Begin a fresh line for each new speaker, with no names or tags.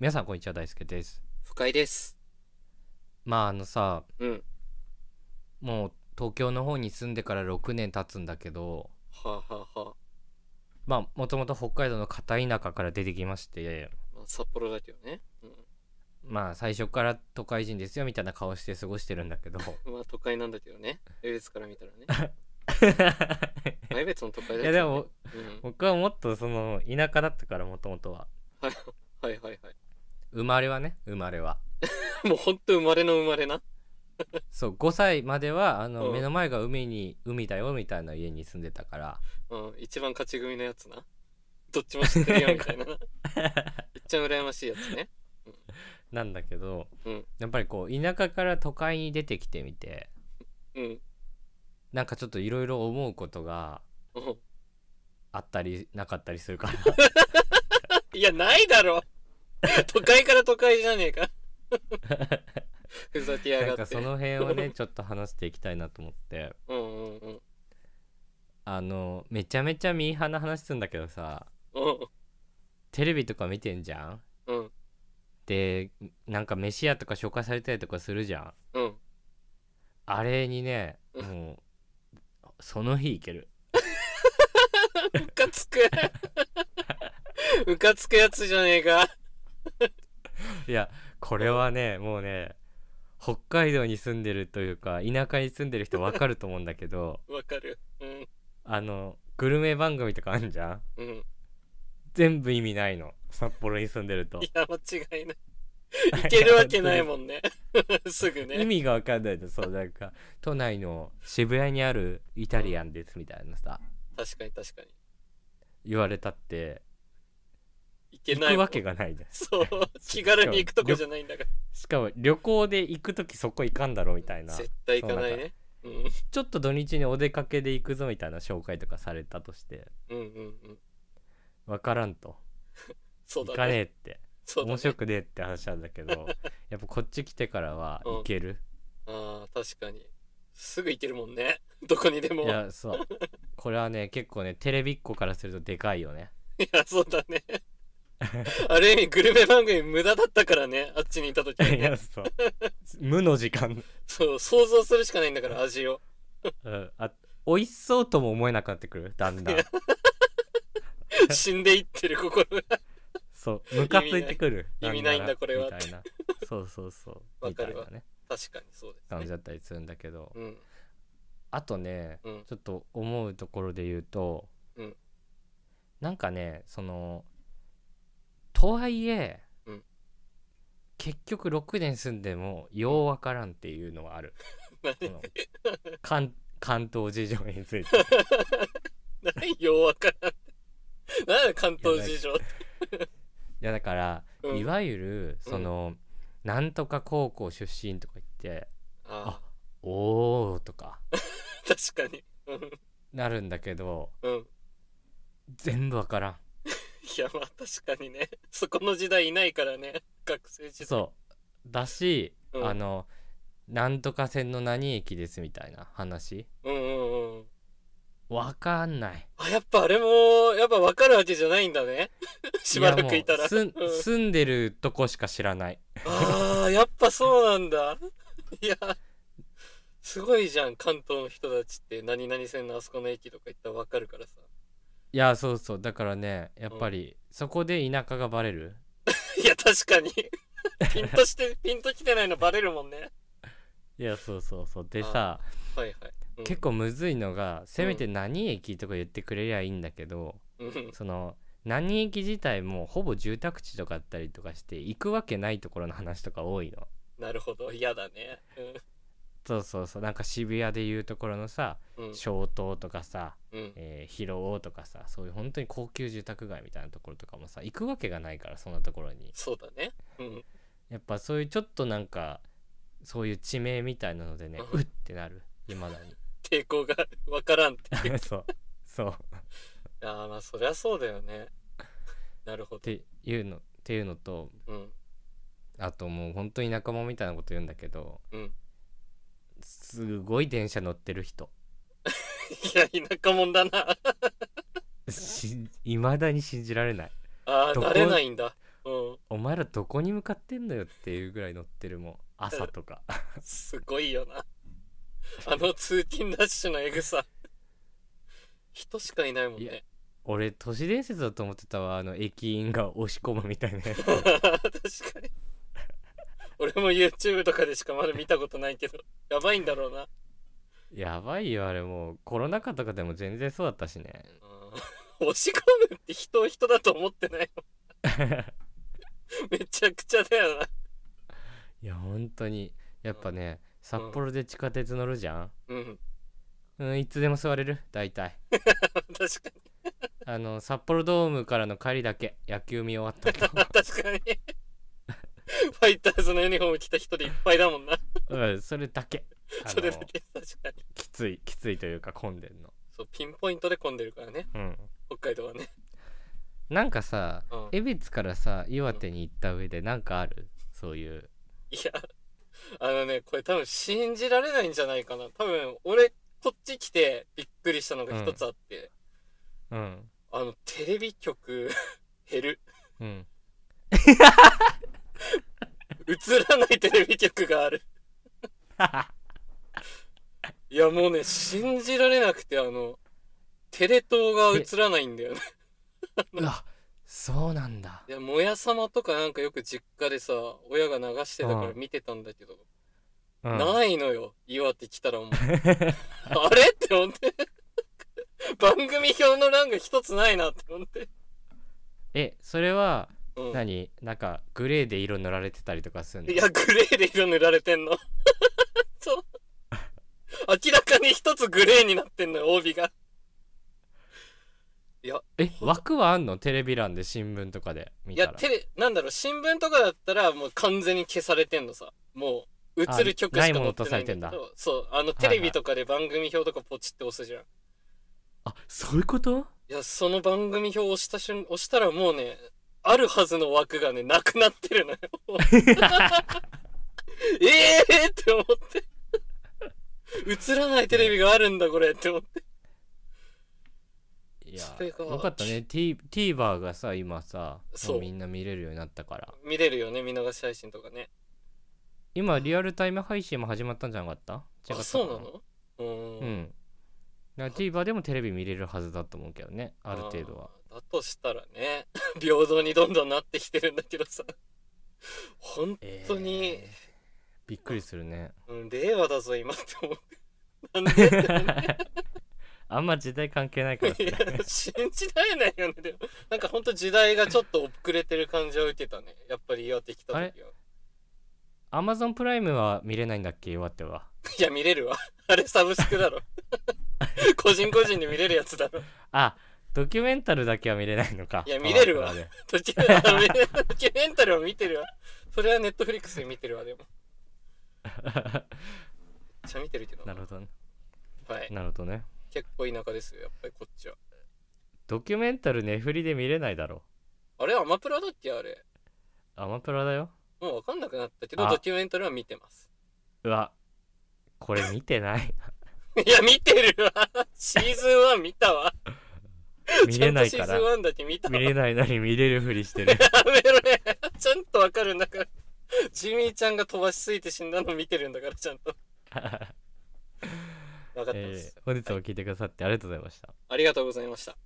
皆さんこんにちは大輔です
不快です。
まああのさ
うん。
もう東京の方に住んでから6年経つんだけど
はあ、はあはあ、
まあもともと北海道の片田舎から出てきまして
まあ札幌だけどね。
まあ最初から都会人ですよみたいな顔して過ごしてるんだけど
うん。まあ都会なんだけどね。江別から見たら ね。まあ江別の都会だけど、ね。
いやでも
うん。
僕はもっとその田舎だったからもともとは
はいはいはい。
生まれはね生まれは
もうほんと生まれの生まれな。
そう5歳まではあの、
うん
目の前が海に海だよみたいな家に住んでたから
うん。一番勝ち組のやつな。どっちも知ってるよみたい な。いっちゃん羨ましいやつね。
なんだけど、
うん
やっぱりこう田舎から都会に出てきてみて
うん。
なんかちょっといろいろ思うことが
うん
あったりなかったりするから
いや、ないだろ。 都会から都会じゃね えか。ふざけや
な
が
ん
って。
かその辺をねちょっと話していきたいなと思って
うんうんうん。
あのめちゃめちゃミーハーな話するんだけどさ
う
テレビとか見てんじゃん
んうん
でなんか飯屋とか紹介されたりとかするじゃん
うん。
あれにね
う
もうその日行ける
ムカつくムカつくやつじゃねえか
いやこれはねもうね北海道に住んでるというか田舎に住んでる人わかると思うんだけど
わかるうん
あのグルメ番組とかあんじゃん
うん
全部意味ないの札幌に住んでると
いや間違いないいけるわけないもんねすぐ
意
ね
味がわかんないのそうなんか都内の渋谷にあるイタリアンですみたいなさ
確かに確かに
言われたって
いけ
行
ない
く
もん
わけがないじゃん
そう気軽に行くとこじゃないんだか
しかも旅行で行く時そこ行かんだろみたい
ら
な
絶対行かないねうん
ちょっと土日にお出かけで行くぞみたいな紹介とかされたとして
うんうんうん
わからんと
そう
行
だ
かねえ
ね
って
そうだ
面
ね
白くねえって話なんだけどやっぱこっち来てからは
うん
行ける
あー確かにすぐ行けるもんねどこにでも
い
いや
やそうこれはね結構ねテレビっ子からするとでかいよね
そうだねある意味グルメ番組無駄だったからねあっちにいた 時はいね
やそう無の時間
そう想像するしかないんだから味を
うん、あ美味しそうとも思えなくなってくるだんだん
いや 死んでいってる心が
そうムカついてくる
意味ない意味ないんだ
ん
これ
み
は
たいなそうそうそう
わ
み
か
たい
るわ
なね
確かにそうです
感じ
ね
だったりするんだけど
うん
あとね
うん
ちょっと思うところで言うと、
うん
なんかねそのとはいえ、
うん
結局6年住んでもようわからんっていうのはある、そ の関 関東事情について
何ようわからん何だ関東事情って
いやだから、
うん
いわゆるその、なんとか高校出身とか言って
あ
「おー」とか
あ確かにうん
なるんだけど
うん
全部わからん
いやまあ確かにねそこの時代いないからね学生時代
そうだし、
うん
あの「なんとか線の何駅です」みたいな話
うんうんうん
わかんない
あやっぱあれもやっぱ分かるわけじゃないんだね しばらくいたら
やもう
うん
すん住んでるとこしか知らない
ああやっぱそうなんだ いやすごいじゃん関東の人たちって何々線のあそこの駅とか行ったら分かるからさ
いやそうそうだからねやっぱりそこで田舎がバレる
いや、確かに。ピンとして、ピンときてないのバレるもんね。
いやそうそうそうでさ
はいはい。うん
結構むずいのがせめて何駅とか言ってくれりゃいいんだけど、
うん
その何駅自体もほぼ住宅地とかあったりとかして行くわけないところの話とか多いの
なるほど、嫌だね。
そうそうそうなんか渋谷でいうところのさ
うん。うん
小東とかさ、
うん。
えー広尾とかさそういう本当に高級住宅街みたいなところとかもさ行くわけがないからそんなところに
そうだね。うん。
やっぱそういうちょっとなんかそういう地名みたいなのでね
うん
うってなるいまだ
抵抗がわからんって。
に そうそうっ
ああ、まあ、そりゃそうだよね。なるほど。
ていうのっていうのと
うん。
あともう本当に仲間みたいなこと言うんだけど
うん。
すごい電車乗ってる人
いや、田舎者だな。
いまだに信じられない
ああ、
どこ
慣れないんだ。うん。
お前らどこに向かってんだよっていうぐらい乗ってるもん朝とか
すごいよな。あの通勤ラッシュのエグさ。人しかいないもん
いや
ね。
俺都市伝説だと思ってたわあの駅員が押し込むみたいなやつ
確かに。俺も YouTube とかでしかまだ見たことないけど、やばいんだろうな。
やばいよあれもうコロナ禍とかでも全然そうだったしね
押し込むって人を人だと思ってないもん。めちゃくちゃだよな。
いや本当にやっぱね札幌で地下鉄乗るじゃん、
うん。
うん、いつでも座れる大体
確かに。
あの札幌ドームからの帰りだけ野球見終わったけど
確かに。ファイターズのユニフォーム着た人でいっぱいだもんな。
うん、それだけ。あ
それだ
の
け。確かに。
きつい、きついというか混んでんの。
そう、ピンポイントで混んでるからね。
うん。
北海道はね。
なんかさ、
うん。
江別からさ、岩手に行った上でなんかあるそういう。
いや、あのね、これ多分信じられないんじゃないかな。多分、俺、こっち来てびっくりしたのが一つあって、
うん。
あの、テレビ局 減る。
うん。
映らないテレビ局が ある。いや、もうね、信じられなくて、あの、テレ東が映らないんだよね。
うわ、そうなんだ
い。や、もやさまとかなんかよく実家でさ、親が流してたから
うん
見てたんだけど、
うん、
ないのよ。岩手来たらもう。あれって思って。番組表の欄が一つないなって思って。
え、それは
うん
何、なんかグレーで色塗られてたりとかするの
いや、グレーで色塗られてんの。 そう。明らかに一つグレーになってんのよ、帯が。いや、
え、枠はあんのテレビ欄で新聞とかで見
い
た
や、
ら。
テレ、なんだろう、新聞とかだったらもう完全に消されてんのさ。もう、映る曲
あな
し
い
か
も
載
の
って
と
な
さ
い
れ
んだ
て
け
んだ
ど、そう、あの、テレビとかで番組表とかポチって押すじゃん。
あ、そういうこと
いや、その番組表を押した瞬、押したらもうね、あるはずの枠がね、なくなって るのよ。ええーって思って。映らないテレビがあるんだ、これって思って。
いや
それが
よかったね T- TVer がさ今さも
そう
うみんな見れるようになったから
見れるよね、見逃し配信とかね。
今リアルタイム配信も始まったんじゃなかった違ったか
あ、そうなのうーん。
うんだから TVer でもテレビ見れるはずだと思うけどねある程度は
あー。だとしたらね、 平等にどんどんなってきてるんだけどさ。本当に、
えーびっくりするね
うん、令和だぞ、今って思って。なんでって思って
あんま時代関係ない から
い
さ
や信じられないよねでもなんかほんと時代がちょっと遅れてる感じを受けたねやっぱり岩手来た時は
あれ Amazon プライムは見れないんだっけ岩手はい
や見れるわあれサブスク だろ個人個人で見れるやつだろ
あドキュメンタルだけは見れないのか
いや見れるわ
Amazon で
ドキュあの見れるドキュメンタルは見てるわそれはネットフリックスで見てるわでもめっちゃ見てるけど
なるほどね
はい
なるほどね
結構田舎ですよやっぱりこっちは
ドキュメンタルね振りで見れないだろ
あれアマプラだっけあれ
アマプラだよ
もう分かんなくなったけど
あ
ドキュメンタルは見てます
うわこれ見てない
いや見てるわシーズン1見たわ
見れないか
ちゃんと
ら
シーズン1だけ見た
見
わ
れないのに見れるふりしてる
やめろや。 ちゃんとわかるんだから。ジミーちゃんが飛ばしすぎて死んだの見てるんだから、ちゃ んと。わかってま
え
す、
ー本日も聞いてくださってありがとうございました
ありがとうございました。